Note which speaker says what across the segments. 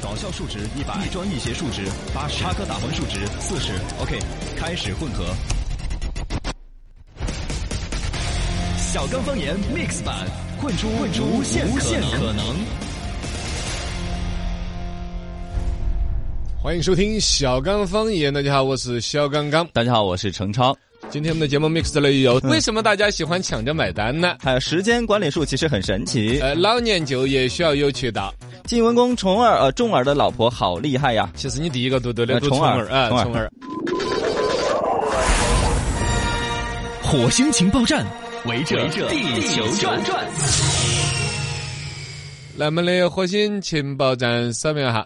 Speaker 1: 搞笑数值一百，一砖一鞋数值八十，插科打诨数值四十。OK，开始混合。小刚方言 mix 版，混出混出无限可能。
Speaker 2: 欢迎收听小刚方言，大家好，我是小刚刚。
Speaker 3: 大家好，我是程超。
Speaker 2: 今天我们的节目 mix 了有，
Speaker 3: 嗯
Speaker 2: 为什么大家喜欢抢着买单呢？
Speaker 3: 还有哎时间管理术其实很神奇。
Speaker 2: 呃，老年就业需要有渠道。
Speaker 3: 晋文公重耳呃重耳的老婆好厉害呀！
Speaker 2: 其实你第一个读对的
Speaker 3: 呃
Speaker 2: 读
Speaker 3: 重
Speaker 2: 虫儿
Speaker 3: 耳
Speaker 2: 啊，
Speaker 3: 虫儿
Speaker 2: 虫儿。
Speaker 1: 火星情报站，围着
Speaker 3: 围着
Speaker 1: 地球转转。
Speaker 2: 来，我们的火星情报站扫描一下。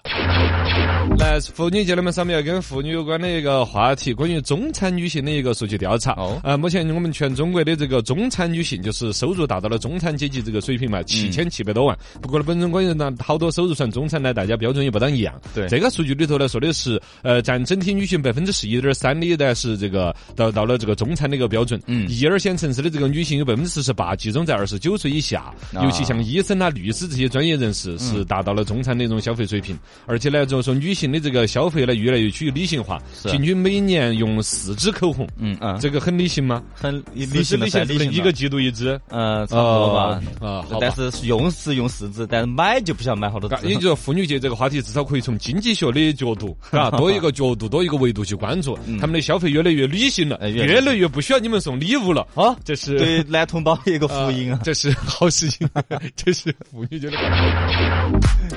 Speaker 2: 来，妇女节呢，我们扫描跟妇女有关的一个话题，关于中产女性的一个数据调查。
Speaker 3: 哦
Speaker 2: 呃，目前我们全中国的这个中产女性，就是收入达到了中产阶级这个水平嘛，七千七百多万。不过呢，本身关于呢，好多收入算中产呢，大家标准也不当一样。
Speaker 3: 对
Speaker 2: 这个数据里头呢，说的是，呃，占整体女性百分之十一点三的呢是这个到到了这个中产的一个标准。
Speaker 3: 嗯
Speaker 2: 一二线城市的这个女性有百分之四十八，集中在二十九岁以下，
Speaker 3: 啊嗯
Speaker 2: 尤其像。像医生啊、律师这些专业人士是达到了中产的一种消费水平，而且呢，就是说女性的这个消费呢越来越趋于理性化，
Speaker 3: 是
Speaker 2: 平均每年用四支口红，
Speaker 3: 嗯嗯，
Speaker 2: 这个很理性吗？
Speaker 3: 很理
Speaker 2: 四支
Speaker 3: 性的
Speaker 2: 理性
Speaker 3: 在
Speaker 2: 可
Speaker 3: 理
Speaker 2: 能
Speaker 3: 性
Speaker 2: 一个季度一支，
Speaker 3: 呃差不多吧。
Speaker 2: 呃啊好吧
Speaker 3: 但是用是用四支，但是买就不想买 好多
Speaker 2: 嘎
Speaker 3: 支。
Speaker 2: 啊也就是说，妇女节这个话题至少可以从经济学的角度，啊，多一个角度，多一个维度去关注，他们的消费越来越理性了，
Speaker 3: 嗯哎越来越
Speaker 2: 越来越不需要你们送礼物了，
Speaker 3: 哦，
Speaker 2: 这是呃
Speaker 3: 对男同胞一个福音啊！
Speaker 2: 这是好事情， 这是妇女节的。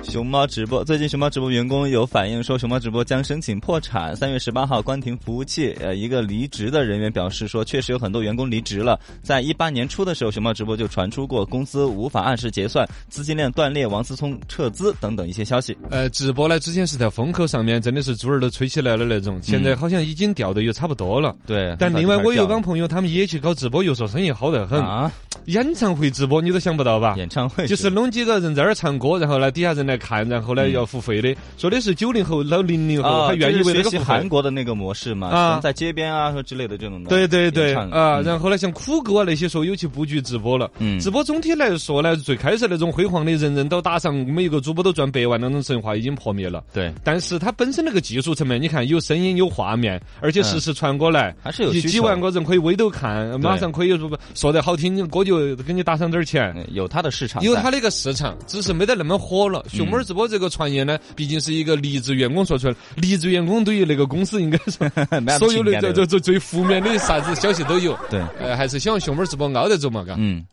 Speaker 3: 熊猫直播最近熊猫直播员工有反映说，熊猫直播将申请破产。三月十八号关停服务器。呃，一个离职的人员表示说，确实有很多员工离职了。在一八年初的时候，熊猫直播就传出过公司无法按时结算、资金链断裂、王思聪撤资等等一些消息。
Speaker 2: 呃，直播呢，之前是在风口上面，真的是猪儿都吹起来了那种，
Speaker 3: 嗯
Speaker 2: 现在好像已经掉的又差不多了。
Speaker 3: 对，
Speaker 2: 但另外，我有帮
Speaker 3: 刚
Speaker 2: 朋友，他们也去搞直播，又说生意好得很。
Speaker 3: 啊，
Speaker 2: 演唱会直播你都想不到吧？
Speaker 3: 演唱 会
Speaker 2: 就是弄几个人在那儿唱歌，然后呢，底下人来看，然后呢要付费的，说的是九零后、老零零后，
Speaker 3: 嗯啊，
Speaker 2: 还愿意为那
Speaker 3: 就
Speaker 2: 个
Speaker 3: 是学习
Speaker 2: 付
Speaker 3: 韩
Speaker 2: 费。
Speaker 3: 国的那个模式嘛，
Speaker 2: 啊
Speaker 3: 什么在街边啊说之类的这种的
Speaker 2: 对对对
Speaker 3: 演唱
Speaker 2: 啊，
Speaker 3: 嗯
Speaker 2: 然后呢，像酷狗啊那些说有去布局直播了。
Speaker 3: 嗯
Speaker 2: 直播总体来说呢，最开始那种辉煌的人人都打赏，每一个主播都赚百万那种神话已经破灭了。
Speaker 3: 对。
Speaker 2: 但是它本身那个技术层面，你看有声音有画面，而且实时传过来，
Speaker 3: 还嗯是有
Speaker 2: 你
Speaker 3: 需求
Speaker 2: 几万个人可以围都看，马上可以说说得好听，你哥就给你打赏点儿钱。
Speaker 3: 嗯有它的市场在，嗯
Speaker 2: 有它那个市场，只是没得那么火了。熊猫儿直播这个传言呢，毕竟是一个离职员工说出来的，离职员工对于那个公司应该说
Speaker 3: 蛮
Speaker 2: 所有
Speaker 3: 情
Speaker 2: 的
Speaker 3: 感
Speaker 2: 这
Speaker 3: 的
Speaker 2: 这这最负面的啥子消息都有。
Speaker 3: 对
Speaker 2: 呃，还是希望熊猫儿直播熬得住嘛，嘎。
Speaker 3: 嗯，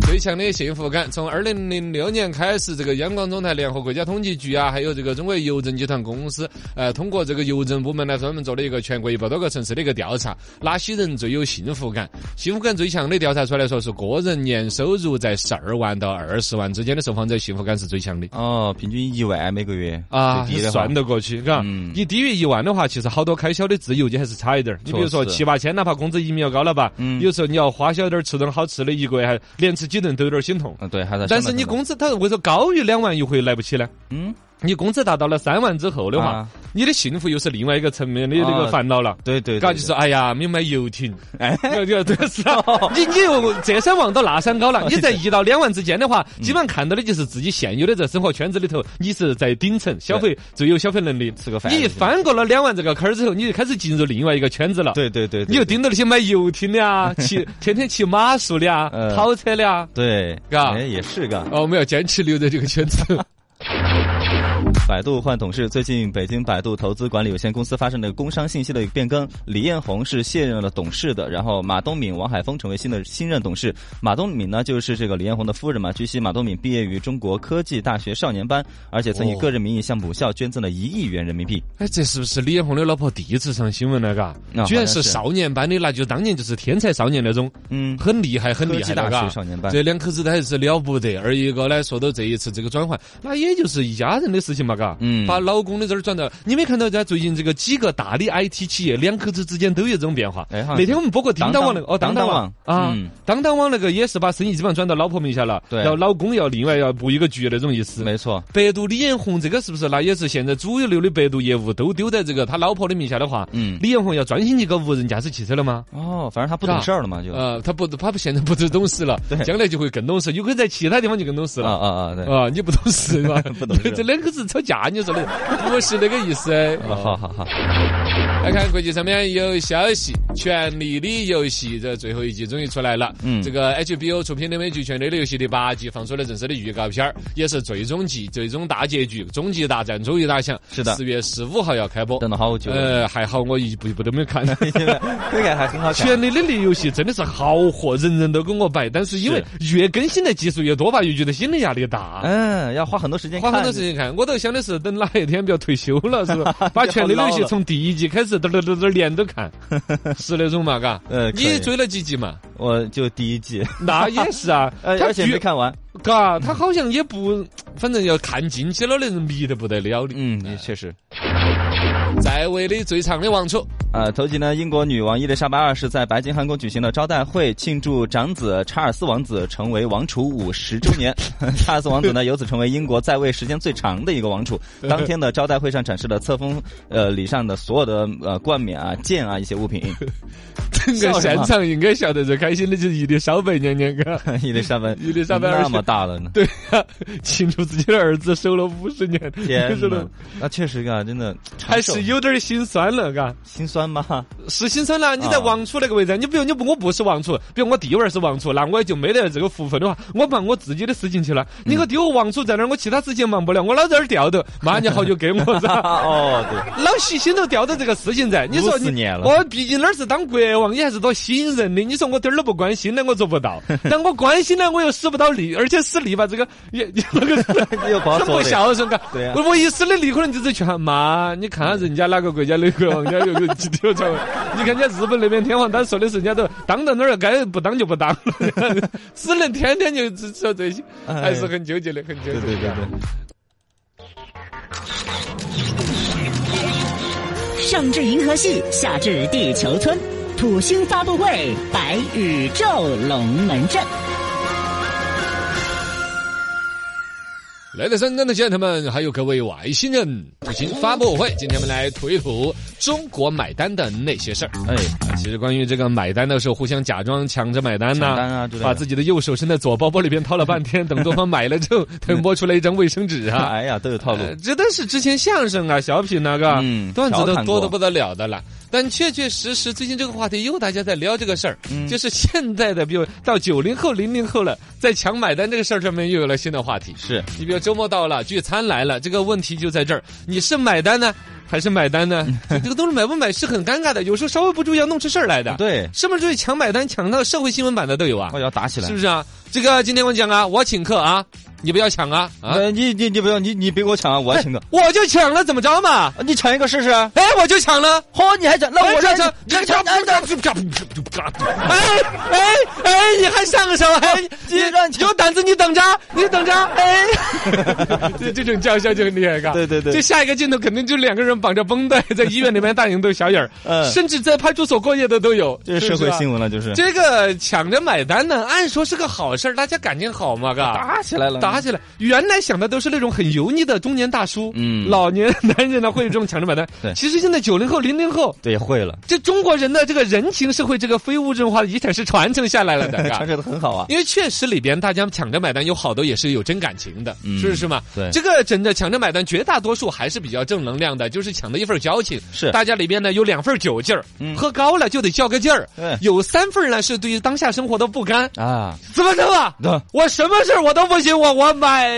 Speaker 2: 最强的幸福感，从二零零六年开始，这个央广总台联合国家统计局啊，还有这个中国邮政集团公司，呃，通过这个邮政部门呢，专门做了一个全国一百多个城市的一个调查，哪些人最有幸福感？幸福感最强的调查出来说是个人年收入在十二万到二十万之间的受访者幸福感是最强的。
Speaker 3: 哦，平均一万每个月
Speaker 2: 啊，
Speaker 3: 最低的话
Speaker 2: 算得过去，嘎、
Speaker 3: 嗯
Speaker 2: 你低于一万的话，其实好多开销的自由就还是差一点儿。你比如说
Speaker 3: 确实
Speaker 2: 七八千，哪怕工资一米要高了吧，
Speaker 3: 嗯
Speaker 2: 有时候你要花销点儿吃顿好吃的，一个月还连吃几顿都有点儿心痛。
Speaker 3: 嗯，对，还在。
Speaker 2: 但是你，工资它为什么高于两万一回来不起呢？
Speaker 3: 嗯，
Speaker 2: 你工资达到了三万之后的话，
Speaker 3: 啊
Speaker 2: 你的幸福又是另外一个层面的那个
Speaker 3: 啊
Speaker 2: 烦恼了。
Speaker 3: 对对，
Speaker 2: 嘎
Speaker 3: 对
Speaker 2: 就是，哎呀，没有买游艇，
Speaker 3: 哎， 哦
Speaker 2: 对对对，是啊，你你又这山望到那山高 了，你在一到两万之间的话，
Speaker 3: 嗯
Speaker 2: 基本上看到的就是自己现有的这生活圈子里头，你是在顶层消费最有消费能力，
Speaker 3: 吃个饭
Speaker 2: 你一翻过了两万这个坎儿之后，你就开始进入另外一个圈子了，，
Speaker 3: 对对对，对
Speaker 2: 你又盯到那些买游艇的啊， 骑天天骑马术的啊，
Speaker 3: 嗯
Speaker 2: 跑车的啊，
Speaker 3: 对，
Speaker 2: 嘎
Speaker 3: 哎，也是嘎。
Speaker 2: 哦，我们要坚持留在这个圈子。
Speaker 3: 百度换董事，最近北京百度投资管理有限公司发生了工商信息的变更，李彦宏是卸任了董事的，然后马东敏、王海峰成为新的新任董事。马东敏呢，就是这个李彦宏的夫人嘛。据悉，马东敏毕业于中国科技大学少年班，而且曾以
Speaker 2: 哦
Speaker 3: 个人名义向母校捐赠了一亿元人民币。
Speaker 2: 哎，这是不是李彦宏的老婆第一次上新闻了？嘎
Speaker 3: 啊那，好像
Speaker 2: 居然是
Speaker 3: 是
Speaker 2: 少年班的，那就当年就是天才少年那种，
Speaker 3: 嗯，
Speaker 2: 很厉害，很
Speaker 3: 科
Speaker 2: 厉害
Speaker 3: 技
Speaker 2: 的，
Speaker 3: 大
Speaker 2: 嘎
Speaker 3: 学。少年班。
Speaker 2: 这两口子都还是了不得，而一个呢，说到这一次这个转换，那也就是一家人的事情嘛，嘎。
Speaker 3: 嗯
Speaker 2: 把老公的这儿转到，你没看到人家最近这个几个大的 IT 企业，两口子之间都有这种变化。
Speaker 3: 哎好像
Speaker 2: 那天我们包括叮当网那个，哦，
Speaker 3: 当
Speaker 2: 当
Speaker 3: 当
Speaker 2: 网
Speaker 3: 当当网
Speaker 2: 啊
Speaker 3: 嗯，
Speaker 2: 当当网那个也是把生意基本上转到老婆名下了，
Speaker 3: 对
Speaker 2: 然后老公要另外要布一个局那种意思。
Speaker 3: 没错，
Speaker 2: 百度李彦宏这个是不是？那也是现在主流的百度业务都丢在这个他老婆的名下的话，
Speaker 3: 嗯，
Speaker 2: 李彦宏要专心去搞无人驾驶汽车了吗？
Speaker 3: 哦，反正他不懂事儿了嘛，就啊
Speaker 2: 呃，他不，他不现在不是懂事了，将来就会更懂事，有可能在其他地方就更懂事
Speaker 3: 啊
Speaker 2: 了。
Speaker 3: 啊，对，
Speaker 2: 啊，你不懂事是吧？
Speaker 3: 不懂事
Speaker 2: 这两口子吵价，你说的不是那个意思。哎
Speaker 3: 啊好好好，
Speaker 2: 呃来看国际上面有消息，《权力的游戏》这最后一季终于出来了。
Speaker 3: 嗯
Speaker 2: 这个 HBO 出品的美剧《权力的游戏》第八季放出了正式的预告片儿，也是最终季、最终大结局、终极大战终于打响。
Speaker 3: 是的
Speaker 2: 四月十五号要开播。
Speaker 3: 等了好久了，
Speaker 2: 呃，还好我一部一部都没有 看。
Speaker 3: 这个还很好看。
Speaker 2: 权力的那游戏真的是好火，人人都跟我摆，但是因为越更新的技术越多吧，越觉得心理压力大。
Speaker 3: 嗯，要花很多时间
Speaker 2: 花
Speaker 3: 看，
Speaker 2: 很多时间看，我都想的是等哪一天，比如退休了，是 吧？把《权力的游戏》从第一季开始，嘚嘚嘚嘚连着看，是那种嘛？嘎，
Speaker 3: 呃可以
Speaker 2: 你追了几集 嘛？
Speaker 3: 我就第一季，
Speaker 2: 那也是啊，
Speaker 3: 呃，
Speaker 2: 他
Speaker 3: 而且没
Speaker 2: 剧，
Speaker 3: 看完。
Speaker 2: 嘎，他好像也不，反正要看进去了的人迷得不得了的。
Speaker 3: 嗯，也确实。
Speaker 2: 在位的最长的王 储，
Speaker 3: 呃，头几呢，英国女王伊丽莎白二世在白金汉宫举行了招待会，庆祝长子查尔斯王子成为王储五十周 年。查尔斯王子呢，由此成为英国在位时间最长的一个 王储。当天的招待会上展示了册封呃礼上的所有的呃冠冕啊、剑啊一些物品。
Speaker 2: 整个现场应该笑得最开心的就是伊丽莎白娘娘， 嘎。
Speaker 3: 伊丽 莎白，
Speaker 2: 伊丽莎白二世
Speaker 3: 那么大 了呢。
Speaker 2: 对呀、庆祝自己的儿子守了五十年，
Speaker 3: 啊天
Speaker 2: 是
Speaker 3: 呐
Speaker 2: 的，，
Speaker 3: 那确实啊，真的
Speaker 2: 还
Speaker 3: 长寿
Speaker 2: 是有点儿心酸了，嘎。
Speaker 3: 心酸吗？ 啊
Speaker 2: 是心酸啦！你在王储那个位置，啊你比如你不我不是王储，比如我弟娃儿是王储，那我也就没得这个福分的话，我忙我自己的事情去了。你给丢我王储在那儿，我其他事情忙不了，我老在这儿吊着，妈你好久给我
Speaker 3: 啊
Speaker 2: 噻。
Speaker 3: 哦，对，
Speaker 2: 老细心头吊着这个事情在，你说
Speaker 3: 54
Speaker 2: 你
Speaker 3: 年了
Speaker 2: 我毕竟哪儿是当国王，你还是多吸引人的。你说我点儿都不关心了，我做不到；但我关心了，我又使不到力，而且使力吧，这个也也那个
Speaker 3: 又不好
Speaker 2: 很
Speaker 3: 说
Speaker 2: 不
Speaker 3: 的
Speaker 2: 孝顺，嘎。
Speaker 3: 对啊呀
Speaker 2: 我我一时的力可能就是去喊妈，你看下啊人家哪个国家哪个王家有个集体有传闻， 你看人家日本那边天皇他说的是人家都当到哪儿该不当就不当 了，只能天天就只说这些，
Speaker 3: 哎
Speaker 2: 还是很纠结的，很纠结
Speaker 3: 对
Speaker 2: 的。
Speaker 3: 对对对。
Speaker 4: 上至银河系，下至地球村，土星发布会，白宇宙龙门阵。
Speaker 2: 来自深圳的家人们，还有各位外星人，土星发布会，今天我们来吐一吐中国买单的那些事儿。啊
Speaker 3: 哎，
Speaker 2: 其实关于这个买单的时候，互相假装抢着买单呐、
Speaker 3: 抢单啊之类的
Speaker 2: 把自己的右手伸在左包包里边掏了半天，等对方买了之后，他又摸出来一张卫生纸啊。
Speaker 3: 哎呀，都有 套路。
Speaker 2: 呃这都是之前相声啊、小品那个、
Speaker 3: 嗯
Speaker 2: 段子
Speaker 3: 调
Speaker 2: 都
Speaker 3: 侃过
Speaker 2: 多的不得了的了。但确确实实，最近这个话题又大家在聊这个事儿，
Speaker 3: 嗯
Speaker 2: 就是现在的，比如到九零后、零零后了，在抢买单这个事儿上面又有了新的话题。
Speaker 3: 是，
Speaker 2: 你比如周末到了，聚餐来了，这个问题就在这儿，你是买单呢，还是买单
Speaker 3: 嗯
Speaker 2: 呢？这个东西买不买是很尴尬的，有时候稍微不注意要弄出事儿来的。，
Speaker 3: 对，
Speaker 2: 是不是注意抢买单抢到社会新闻版的都有啊
Speaker 3: 我？要打起来
Speaker 2: 是。不是啊？这个今天我讲啊，我请客啊，你不要抢啊啊！
Speaker 3: 呃，你你你不用，你你别给我抢啊，
Speaker 2: 哎
Speaker 3: 我要请客。
Speaker 2: 我就抢了，怎么着嘛？
Speaker 3: 啊你抢一个试试啊！
Speaker 2: 哎，我就抢了。
Speaker 3: 嚯，你还抢？那
Speaker 2: 哎，
Speaker 3: 我
Speaker 2: 这
Speaker 3: 来
Speaker 2: 这这这这这，哎哎哎，你还上手？
Speaker 3: 哦
Speaker 2: 哎，你有胆子你等着，啊你等着， 哎，这这种叫嚣就很厉害，嘎。啊
Speaker 3: 对对对
Speaker 2: 这下一个镜头肯定就两个人绑着绷带在医院里面大眼瞪小眼儿，
Speaker 3: 嗯
Speaker 2: 甚至在派出所过夜的都有，
Speaker 3: 这是社会新
Speaker 2: 闻。
Speaker 3: 闻了， 就是
Speaker 2: 啊这个抢着买单呢，按说是个好事儿，大家感情好嘛，嘎。
Speaker 3: 打起来了，
Speaker 2: 打起来。原来想的都是那种很油腻的中年大叔，
Speaker 3: 嗯
Speaker 2: 老年男人呢会有这种抢着买单。
Speaker 3: 对
Speaker 2: 其实现在九零后、零零后，
Speaker 3: 对会了，
Speaker 2: 这中国人的这个人情社会这个非物质文化的遗产是传承下来了的。
Speaker 3: 传承的很好啊。
Speaker 2: 因为确实里边大家抢着买单有好多也是有真感情的，
Speaker 3: 嗯
Speaker 2: 是不是嘛？
Speaker 3: 对
Speaker 2: 这个真的抢着买单，绝大多数还是比较正能量的，就是抢的一份交情。
Speaker 3: 是
Speaker 2: 大家里边呢有两份酒劲儿，
Speaker 3: 嗯
Speaker 2: 喝高了就得较个劲儿
Speaker 3: 对。
Speaker 2: 有三份呢是对于当下生活的不甘，
Speaker 3: 啊，
Speaker 2: 怎么着吧？
Speaker 3: 对
Speaker 2: 我什么事儿我都不行，我我买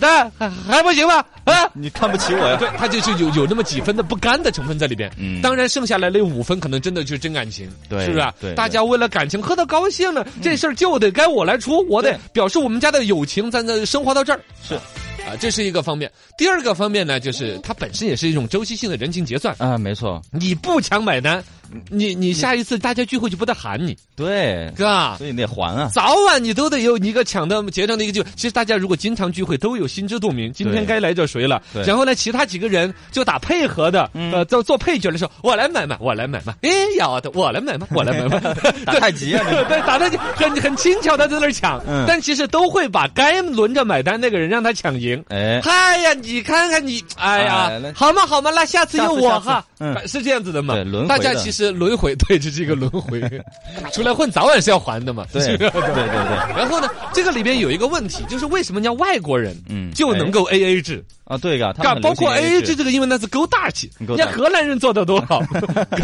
Speaker 2: 单还还不行吗？啊！
Speaker 3: 你看不起 我呀？
Speaker 2: 对，他就是有有那么几分的不甘的成分在里边。
Speaker 3: 嗯
Speaker 2: 当然剩下来那五分可能真的就是真感情，
Speaker 3: 对
Speaker 2: 是不是啊？
Speaker 3: 对对嗯
Speaker 2: 大家为了感情喝得高兴了，这事儿就得该我来出，我得
Speaker 3: 对
Speaker 2: 表示我们家的友情，咱的升华到这儿
Speaker 3: 是。嗯
Speaker 2: 啊，这是一个方面。第二个方面呢，就是它本身也是一种周期性的人情结算。
Speaker 3: 啊，没错，
Speaker 2: 你不抢买单，你你下一次大家聚会就不得喊你，
Speaker 3: 对，
Speaker 2: 哥。
Speaker 3: 所以你得还 啊。
Speaker 2: 早晚你都得有一个抢的结账的一个就，其实大家如果经常聚会，都有心知肚明，今天
Speaker 3: 对
Speaker 2: 该来这谁了
Speaker 3: 对。嗯
Speaker 2: 然后呢，其他几个人就打配合的，呃，做做配角的时候，我来买嘛，我来买嘛，哎，要的，我来买嘛，我来买嘛，
Speaker 3: 打太极啊
Speaker 2: 对，对，打太极，很很轻巧的在那儿抢
Speaker 3: 嗯，
Speaker 2: 但其实都会把该轮着买单那个人让他抢赢。
Speaker 3: 哎，
Speaker 2: 哎呀，你看看你，哎呀
Speaker 3: 哎那，
Speaker 2: 好嘛好嘛，那下次
Speaker 3: 下
Speaker 2: 有
Speaker 3: 次
Speaker 2: 我
Speaker 3: 下次
Speaker 2: 哈，
Speaker 3: 嗯
Speaker 2: 是这样子的嘛
Speaker 3: 对轮？回
Speaker 2: 大家
Speaker 3: 的
Speaker 2: 其实轮回，对，这是一个轮 回，出来混早晚是要还的嘛。
Speaker 3: 对对对对，
Speaker 2: 然后呢，这个里边有一个问题，就是为什么人家外国人
Speaker 3: 嗯
Speaker 2: 就能够 A A 制？
Speaker 3: 啊对噶，他
Speaker 2: 嘎，
Speaker 3: 们
Speaker 2: 包括 A A 制
Speaker 3: 这
Speaker 2: 这个英文单词够大气，
Speaker 3: 够
Speaker 2: 人
Speaker 3: 大
Speaker 2: 家荷兰人做的多 好，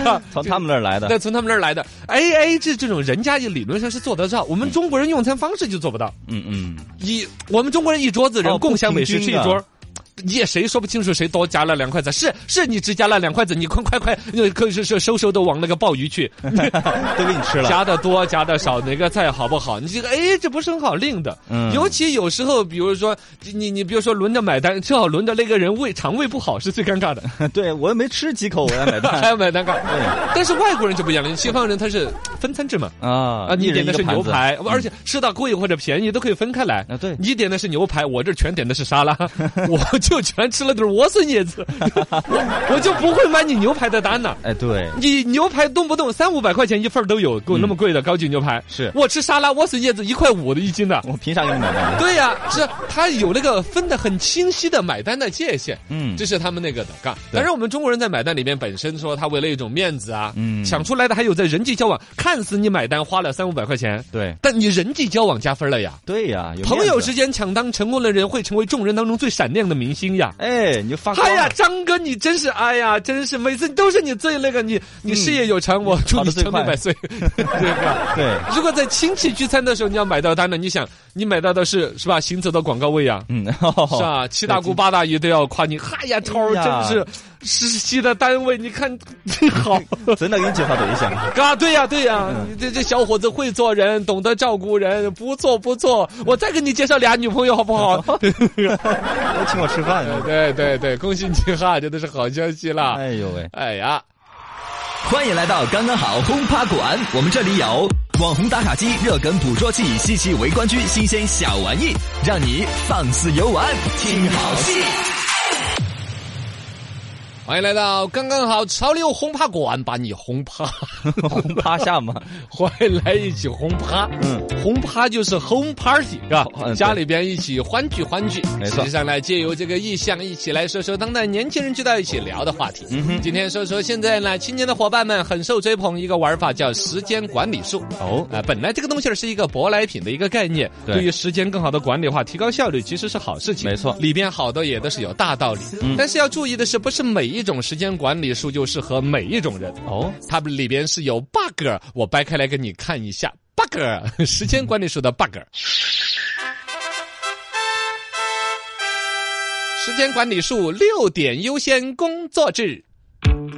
Speaker 2: 嘎
Speaker 3: 从他们那儿来
Speaker 2: 那
Speaker 3: 的，
Speaker 2: 从他们那儿来的 A A 制这种，人家也理论上是做得到，我们中国人用餐方式就做不到。
Speaker 3: 嗯嗯，
Speaker 2: 一我们中国人一桌子人
Speaker 3: 哦
Speaker 2: 共享美食
Speaker 3: 不平
Speaker 2: 吃
Speaker 3: 均
Speaker 2: 一
Speaker 3: 的
Speaker 2: 桌儿。你也谁说不清楚谁多加了两筷子？是是，你只加了两筷子，你快快快，那可是是收收的往那个鲍鱼去，
Speaker 3: 都给你吃了，
Speaker 2: 加的多加的少，哪个菜好不好？你这个哎，这不是很好令的。
Speaker 3: 嗯
Speaker 2: 尤其有时候，比如说你你比如说轮着买单，正好轮着那个人胃肠胃不好是最尴尬的，
Speaker 3: 对我又没吃几口，我要买
Speaker 2: 还
Speaker 3: 单
Speaker 2: 要买单干。但是外国人就不一样了，西方人他是分餐制嘛。
Speaker 3: 啊
Speaker 2: 啊，你点的是牛，排，
Speaker 3: 嗯
Speaker 2: 而且吃到贵或者便宜都可以分开来。
Speaker 3: 啊对
Speaker 2: 你点的是牛排，我这全点的是沙 拉，我就全吃了点莴笋叶子，我我就不会买你牛排的单呐。
Speaker 3: 哎对，
Speaker 2: 你牛排动不动三五百块钱一份儿都有，够那么贵的高级牛排？
Speaker 3: 嗯是
Speaker 2: 我吃沙拉莴笋叶子一块五的一斤的。
Speaker 3: 我凭啥给你买单？
Speaker 2: 对呀、是他有那个分的很清晰的买单的界限，
Speaker 3: 嗯
Speaker 2: 这是他们那个的嘎。
Speaker 3: 对
Speaker 2: 当然，我们中国人在买单里面本身说他为了一种面子啊，
Speaker 3: 嗯
Speaker 2: 想出来的还有在人际交往，看似你买单花了三五百块钱，
Speaker 3: 对
Speaker 2: 但你人际交往加分了呀。
Speaker 3: 对呀，有
Speaker 2: 朋
Speaker 3: 面
Speaker 2: 友
Speaker 3: 子啊
Speaker 2: 之间抢当成功的人会成为众人当中最闪亮的明星呀。
Speaker 3: 哎，你就发光
Speaker 2: 哎呀，
Speaker 3: 了，
Speaker 2: 张哥，你真是，哎呀，真是，每次都是你最那个，你你事业有成，我祝
Speaker 3: 跑
Speaker 2: 你
Speaker 3: 得最
Speaker 2: 长命
Speaker 3: 快
Speaker 2: 百岁。 这个，
Speaker 3: 对，
Speaker 2: 如果在亲戚聚餐的时候你要买到单了，你想你买到的是是吧？行走的广告位呀，
Speaker 3: 嗯，
Speaker 2: 是啊吧？七大姑八大姨都要夸你，哎呀，超儿真
Speaker 3: 哎呀
Speaker 2: 是实习的单位，你看 好。
Speaker 3: 哦真的给你介绍对象，
Speaker 2: 啊，对呀、对呀、你这这小伙子会做人，懂得照顾人，不错不错。我再给你介绍俩女朋友好不好？
Speaker 3: 都请我吃饭，
Speaker 2: 对对对，恭喜你哈，这都是好消息啦！
Speaker 3: 哎呦喂。
Speaker 2: 哎呀，
Speaker 5: 欢迎来到刚刚好轰趴馆，我们这里有网红打卡机、热梗捕捉器、稀奇围观区、新鲜小玩意，让你放肆游玩，听好戏。
Speaker 2: 欢迎来到刚刚好潮流轰趴馆，把你轰趴，
Speaker 3: 轰趴下嘛，
Speaker 2: 欢迎来一起轰趴。嗯，轰趴就是 home party 是吧？
Speaker 3: 嗯对
Speaker 2: 家里边一起欢聚欢聚。
Speaker 3: 没
Speaker 2: 实
Speaker 3: 错
Speaker 2: 际上呢，借由这个意向，一起来说说当代年轻人聚到一起聊的话题。
Speaker 3: 嗯
Speaker 2: 今天说说现在呢，青年的伙伴们很受追捧一个玩法叫时间管理术。
Speaker 3: 哦
Speaker 2: 啊、本来这个东西儿是一个舶来品的一个概念，
Speaker 3: 对
Speaker 2: 对于时间更好的管理化、提高效率，其实是好事情。
Speaker 3: 没错嗯
Speaker 2: 里边好的也都是有大道理，但是要注意的是，不是每一种时间管理术就适合每一种人。
Speaker 3: 哦，
Speaker 2: 它里边是有 bug，儿我掰开来给你看一下 bug 儿时间管理术的 bug。儿。时间管理术六点优先工作制。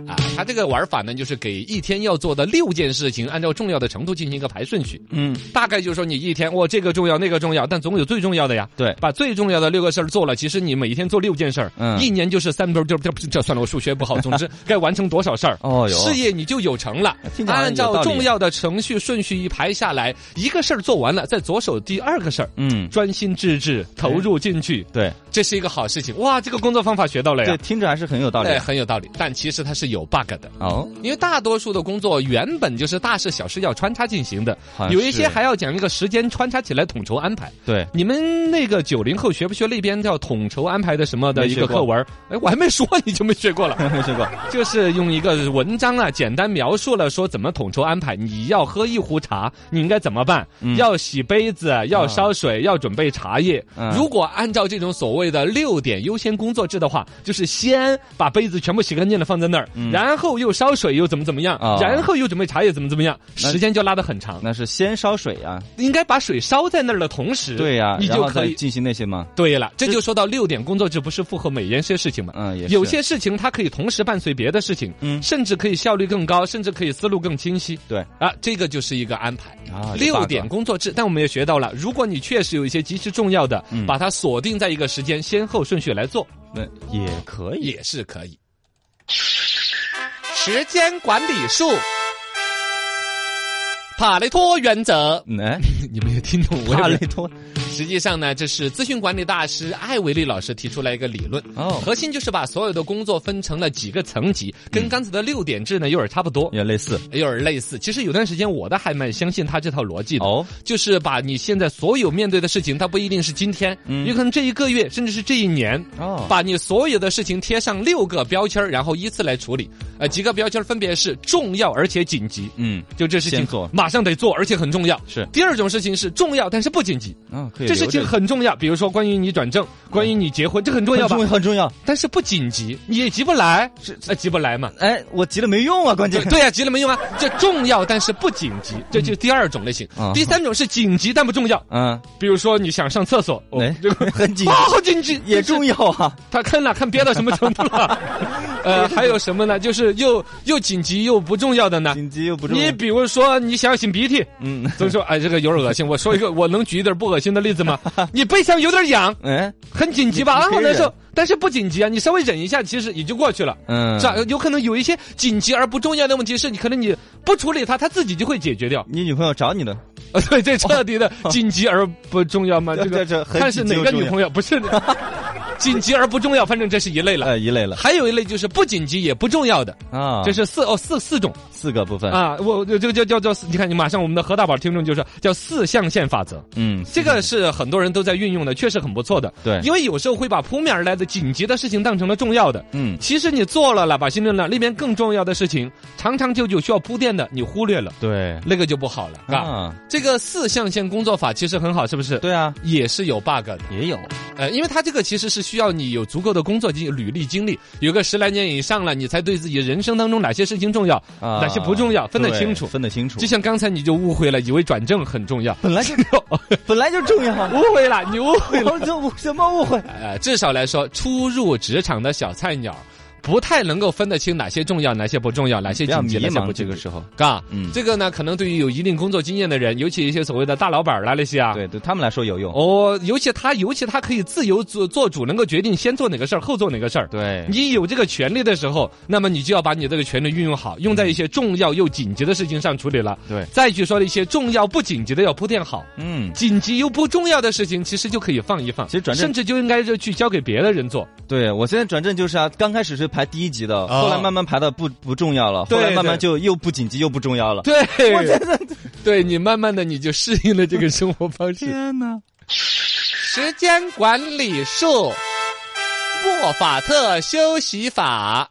Speaker 2: 啊，它这个玩法呢，就是给一天要做的六件事情，按照重要的程度进行一个排顺序。
Speaker 3: 嗯，
Speaker 2: 大概就是说你一天，哇，这个重要，那个重要，但总有最重要的呀。
Speaker 3: 对
Speaker 2: 把最重要的六个事儿做了，其实你每一天做六件事儿，
Speaker 3: 嗯
Speaker 2: 一年就是三不就就这算了，我数学不好。总之，该完成多少事儿，
Speaker 3: 哦哟
Speaker 2: 事业你就有成了
Speaker 3: 听。起来
Speaker 2: 按
Speaker 3: 有道理
Speaker 2: 照重要的程序顺序一排下来，一个事儿做完了，再着手第二个事儿，
Speaker 3: 嗯，
Speaker 2: 专心致志投入进去，
Speaker 3: 对，
Speaker 2: 这是一个好事情。哇，这个工作方法学到了
Speaker 3: 这
Speaker 2: 哎呀，
Speaker 3: 听着还是很有道理
Speaker 2: 哎，。很有道理。但其实它是有 bug 的。
Speaker 3: 哦，
Speaker 2: 因为大多数的工作原本就是大事小事要穿插进行的
Speaker 3: 好，像
Speaker 2: 有一些
Speaker 3: 啊是
Speaker 2: 还要讲一个时间穿插起来统筹安排。
Speaker 3: 对，
Speaker 2: 你们那个九零后学不学那边叫统筹安排的什么的
Speaker 3: 没
Speaker 2: 一
Speaker 3: 学
Speaker 2: 个
Speaker 3: 过
Speaker 2: 课文儿？哎，我还没说你就没学过了，
Speaker 3: 没学过。
Speaker 2: 就是用一个文章啊，简单描述了说怎么统筹安排。你要喝一壶茶，你应该怎么办？要洗杯子，要烧水，要准备茶叶。
Speaker 3: 嗯
Speaker 2: 如果按照这种所谓的六点优先工作制的话，就是先把杯子全部洗干净了放在那儿，然后又烧水又怎么怎么样，
Speaker 3: 啊
Speaker 2: 然后又准备茶叶怎么怎么样，
Speaker 3: 那
Speaker 2: 时间就拉得很长。
Speaker 3: 那是先烧水啊呀，
Speaker 2: 应该把水烧在那儿的同时，
Speaker 3: 对呀，
Speaker 2: 你
Speaker 3: 然
Speaker 2: 就
Speaker 3: 后
Speaker 2: 可
Speaker 3: 再
Speaker 2: 以
Speaker 3: 进行那些嘛。
Speaker 2: 对了，这就说到六点工作制不是符合每件些事情嘛？
Speaker 3: 嗯也是
Speaker 2: 有些事情它可以同时伴随别的事情，
Speaker 3: 嗯
Speaker 2: 甚至可以效率更高，甚至可以思路更清晰。
Speaker 3: 对
Speaker 2: 啊，这个就是一个安排
Speaker 3: 啊有 bug
Speaker 2: 六点工作制，但我们也学到了，如果你确实有一些极其重要的，
Speaker 3: 嗯
Speaker 2: 把它锁定在一个时间先后顺序来做，
Speaker 3: 那也可以。
Speaker 2: 也是可以。时间管理术，帕累托原则，
Speaker 3: 哎，嗯
Speaker 2: 你没有听懂我也
Speaker 3: 帕
Speaker 2: 不
Speaker 3: 累
Speaker 2: 是
Speaker 3: 托
Speaker 2: 实际上呢，这是咨询管理大师艾维利老师提出来一个理论，
Speaker 3: 哦
Speaker 2: 核心就是把所有的工作分成了几个层级，跟刚才的六点制呢有点差不多。
Speaker 3: 也类似
Speaker 2: 有点类似。其实有段时间我的还蛮相信他这套逻辑的，
Speaker 3: 哦
Speaker 2: 就是把你现在所有面对的事情，它不一定是今天，有可能这一个月，甚至是这一年，
Speaker 3: 嗯哦
Speaker 2: 把你所有的事情贴上六个标签儿，然后依次来处理。呃，几个标签儿分别是重要而且紧急，
Speaker 3: 嗯
Speaker 2: 就这事情
Speaker 3: 先做
Speaker 2: 马上得做，而且很重要。
Speaker 3: 是
Speaker 2: 第二种事情是重要但是不紧急，
Speaker 3: 啊，可以
Speaker 2: 这
Speaker 3: 留着。
Speaker 2: 事情很重要，比如说关于你转正，关于你结婚，这很重要
Speaker 3: 很
Speaker 2: 吧
Speaker 3: 重？要很重要。
Speaker 2: 但是不紧急，你也急不来，呃，急不来 嘛。
Speaker 3: 哎，我急了没用啊，关键
Speaker 2: 对对呀、急了没用啊！这重要但是不紧急，这就是第二种类型。
Speaker 3: 嗯啊
Speaker 2: 第三种是紧急但不重要，
Speaker 3: 嗯，
Speaker 2: 比如说你想上厕所，哦
Speaker 3: 哎
Speaker 2: 这个
Speaker 3: 很 紧
Speaker 2: 啊，好紧急，
Speaker 3: 也重要啊。
Speaker 2: 他看了看憋到什么程度 了？呃，还有什么呢？就是又又紧急又不重要的呢？
Speaker 3: 紧急又不重要。
Speaker 2: 你比如说你想要擤鼻涕，
Speaker 3: 嗯，
Speaker 2: 所以说哎，这个有点恶心。我说一个，我能举一点不恶心的例子 吗？你背上有点痒，
Speaker 3: 哎，
Speaker 2: 很紧急吧？啊，
Speaker 3: 你可以
Speaker 2: 好难受
Speaker 3: 忍，
Speaker 2: 但是不紧急啊，你稍微忍一下，其实也就过去了。
Speaker 3: 嗯，
Speaker 2: 是吧？啊有可能有一些紧急而不重要的问题，是你可能你不处理它，它自己就会解决掉。
Speaker 3: 你女朋友找你的，
Speaker 2: 呃，对，这彻底的紧急而不重要吗？哦
Speaker 3: 对
Speaker 2: 这个
Speaker 3: 这这很
Speaker 2: 看是哪个女朋友，不是 紧急而不重要，反正这是一类了。
Speaker 3: 呃，一类了
Speaker 2: 还有一类就是不紧急也不重要的，
Speaker 3: 啊。
Speaker 2: 这是四哦四四种
Speaker 3: 四个部分，
Speaker 2: 啊，我这个叫叫叫四，你看你马上我们的何大宝听众就说叫四象限法则，
Speaker 3: 嗯，
Speaker 2: 这个是很多人都在运用的，确实很不错的。
Speaker 3: 对
Speaker 2: 因为有时候会把扑面而来的紧急的事情当成了重要的，
Speaker 3: 嗯，
Speaker 2: 其实你做了，喇叭心论了，那边更重要的事情，长长久久需要铺垫的，你忽略了，
Speaker 3: 对
Speaker 2: 那个就不好了，啊。
Speaker 3: 啊，
Speaker 2: 这个四象限工作法其实很好，是不是？。
Speaker 3: 对啊，
Speaker 2: 也是有 bug 的，
Speaker 3: 也有
Speaker 2: 呃，因为它这个其实是需要你有足够的工作经履历经历，有个十来年以上了，你才对自己人生当中哪些事情重要，
Speaker 3: 啊，
Speaker 2: 哪些不重要分得
Speaker 3: 对
Speaker 2: 清楚
Speaker 3: 分得清楚
Speaker 2: 就。像刚才你就误会了，以为转正很重要，
Speaker 3: 本 来就本来就重要，啊
Speaker 2: 误会了，你误会了。
Speaker 3: 我这我什么误会？
Speaker 2: 呃，至少来说，初入职场的小菜鸟，不太能够分得清哪些重要，哪些不重要，哪些
Speaker 3: 不要
Speaker 2: 紧急，
Speaker 3: 迷
Speaker 2: 哪些
Speaker 3: 茫，
Speaker 2: 不
Speaker 3: 这
Speaker 2: 紧
Speaker 3: 个
Speaker 2: 急。
Speaker 3: 时候，
Speaker 2: 嘎，
Speaker 3: 嗯
Speaker 2: 这个呢，可能对于有一定工作经验的人，尤其一些所谓的大老板儿啦那些啊，
Speaker 3: 对对他们来说有用，
Speaker 2: 哦，尤其他，尤其他可以自由做做主，能够决定先做哪个事儿，后做哪个事儿。
Speaker 3: 对
Speaker 2: 你有这个权利的时候，那么你就要把你这个权利运用好，用在一些重要又紧急的事情上处理了。
Speaker 3: 嗯对
Speaker 2: 再去说一些重要不紧急的要铺垫好，
Speaker 3: 嗯，
Speaker 2: 紧急又不重要的事情，其实就可以放一放，
Speaker 3: 其实转正
Speaker 2: 甚至就应该就去交给别的人做。
Speaker 3: 对我现在转正就是啊，刚开始是排第一级的，后来慢慢排的不不重要了，后
Speaker 2: 哦对
Speaker 3: 来慢慢
Speaker 2: 对
Speaker 3: 就又不紧急又不重要了。
Speaker 2: 对，我觉得， 对你慢慢的你就适应了这个生活方式。
Speaker 3: 天哪！
Speaker 2: 时间管理术，莫法特休息法。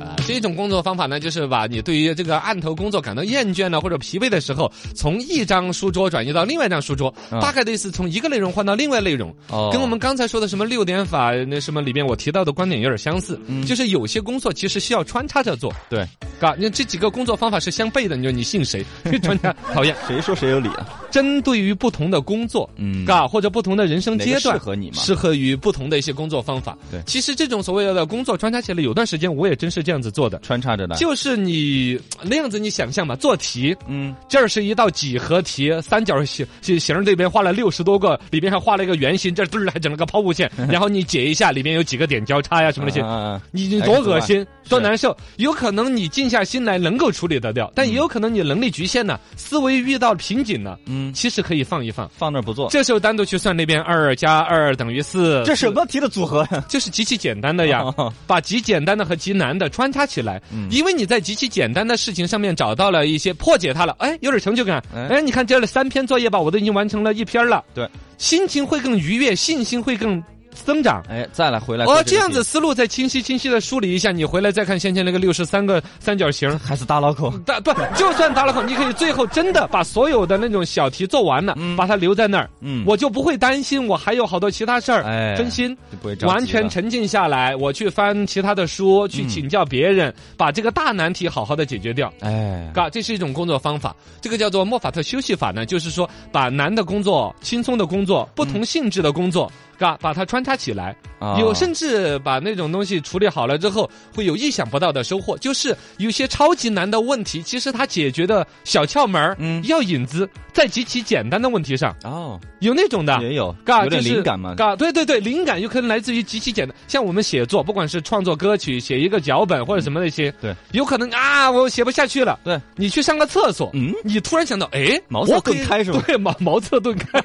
Speaker 2: 啊，这种工作方法呢，就是把你对于这个案头工作感到厌倦了啊或者疲惫的时候，从一张书桌转移到另外一张书桌，
Speaker 3: 嗯
Speaker 2: 大概的意思从一个内容换到另外内容，
Speaker 3: 哦
Speaker 2: 跟我们刚才说的什么六点法那什么里边我提到的观点有点相似，就是有些工作其实需要穿插着做，
Speaker 3: 嗯对，
Speaker 2: 嘎，你这几个工作方法是相悖的，你说你信谁？ 专家讨厌。
Speaker 3: 谁说谁有理啊？
Speaker 2: 针对于不同的工作，嗯，
Speaker 3: 嗯
Speaker 2: 嘎或者不同的人生阶
Speaker 3: 哪
Speaker 2: 段，
Speaker 3: 个适合你嘛
Speaker 2: 适合于不同的一些工作方法。
Speaker 3: 对
Speaker 2: 其实这种所谓的工作穿插起来，有段时间我也真是这样子做的，
Speaker 3: 穿插着的，
Speaker 2: 就是你那样子，你想象嘛，做题。
Speaker 3: 嗯，
Speaker 2: 这儿是一道几何题，三角形形形这边画了六十多个，里边还画了一个圆形，这儿嘚儿还整了个抛 物线，然后你解一下，里面有几个点交叉呀什么那些，
Speaker 3: 啊
Speaker 2: 你你
Speaker 3: 哎
Speaker 2: 多
Speaker 3: 怎么
Speaker 2: 恶
Speaker 3: 办
Speaker 2: 心，多
Speaker 3: 是
Speaker 2: 难受。有可能你静下心来能够处理得掉，但也有可能你能力局限呢，思维遇到瓶颈呢。
Speaker 3: 嗯，
Speaker 2: 其实可以放一放。
Speaker 3: 放那儿不做，
Speaker 2: 这时候单独去算那边二加二等于四，
Speaker 3: 这什么题的组合呀？
Speaker 2: 就是极其简单的哎呀
Speaker 3: 哦，
Speaker 2: 把极简单的和极难的穿插起来，
Speaker 3: 嗯
Speaker 2: 因为你在极其简单的事情上面找到了一些破解它了，哎，有点成就感。
Speaker 3: 哎
Speaker 2: 哎，你看这儿三篇作业吧，我都已经完成了一篇了，
Speaker 3: 对，
Speaker 2: 心情会更愉悦，信心会更增长。
Speaker 3: 哎，再来回来
Speaker 2: 哦
Speaker 3: 做，
Speaker 2: 这
Speaker 3: 个
Speaker 2: 样
Speaker 3: 题
Speaker 2: 子思路再清晰清晰的梳理一下，你回来再看先前那个六十三个三角形，
Speaker 3: 还是大脑壳，
Speaker 2: 大 不就算打了孔，你可以最后真的把所有的那种小题做完了，把它留在那儿，
Speaker 3: 嗯
Speaker 2: 我就不会担心我还有好多其他事儿，
Speaker 3: 哎
Speaker 2: 分心。
Speaker 3: 就不会着急了
Speaker 2: 完全沉浸下来，我去翻其他的书，去请教别人，
Speaker 3: 嗯
Speaker 2: 把这个大难题好好的解决掉。
Speaker 3: 哎，
Speaker 2: 嘎，这是一种工作方法，这个叫做莫法特休息法呢，就是说把难的工作、轻松的工作、不同性质的工作，嘎，把它穿插起来，
Speaker 3: 嗯啊
Speaker 2: 有甚至把那种东西处理好了之后，会有意想不到的收获。就是有些超级难的问题，其实它解决的小窍门儿
Speaker 3: 嗯
Speaker 2: 要引子，在极其简单的问题上，
Speaker 3: 哦，
Speaker 2: 有那种的。
Speaker 3: 也有，
Speaker 2: 啊嘎，
Speaker 3: 有点
Speaker 2: 就是
Speaker 3: 灵感嘛。
Speaker 2: 嘎，对对对，灵感有可能来自于极其简单，像我们写作，不管是创作歌曲、写一个脚本或者什么那些，
Speaker 3: 嗯对，
Speaker 2: 有可能啊，我写不下去了，
Speaker 3: 对，
Speaker 2: 你去上个厕所，
Speaker 3: 嗯
Speaker 2: 你突然想到，哎，
Speaker 3: 茅塞
Speaker 2: 我可以
Speaker 3: 顿开是吧
Speaker 2: 对，茅茅塞顿 开，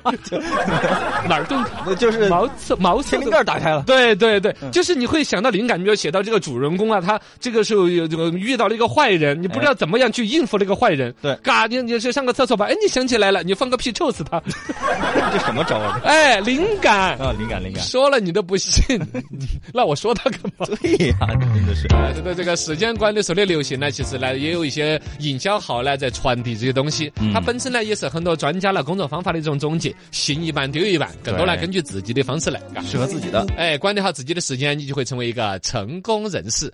Speaker 2: 哪儿顿开？
Speaker 3: 那就是
Speaker 2: 茅塞茅塞
Speaker 3: 天灵
Speaker 2: 顿
Speaker 3: 盖儿 打开了。嗯
Speaker 2: 对对对，就是你会想到灵感，比如写到这个主人公啊，他这个时候有这个遇到了一个坏人，你不知道怎么样去应付这个坏人。
Speaker 3: 哎对
Speaker 2: 嘎，你你是上个厕所吧？哎，你想起来了，你放个屁臭死他。
Speaker 3: 这什么招啊？
Speaker 2: 哎，灵感，
Speaker 3: 啊，灵感灵感，
Speaker 2: 说了你都不 信，那我说他干嘛？
Speaker 3: 对呀、真的是。
Speaker 2: 哎，这个这个时间管理术的流行呢，其实呢也有一些营销号呢在传递这些东西。
Speaker 3: 嗯
Speaker 2: 它本身呢也是很多专家呢工作方法的一种总结，信一半丢一半，更多呢
Speaker 3: 对
Speaker 2: 根据自己的方式来。嘎
Speaker 3: 适合自己的。
Speaker 2: 哎，管理好自己的时间，你就会成为一个成功人士。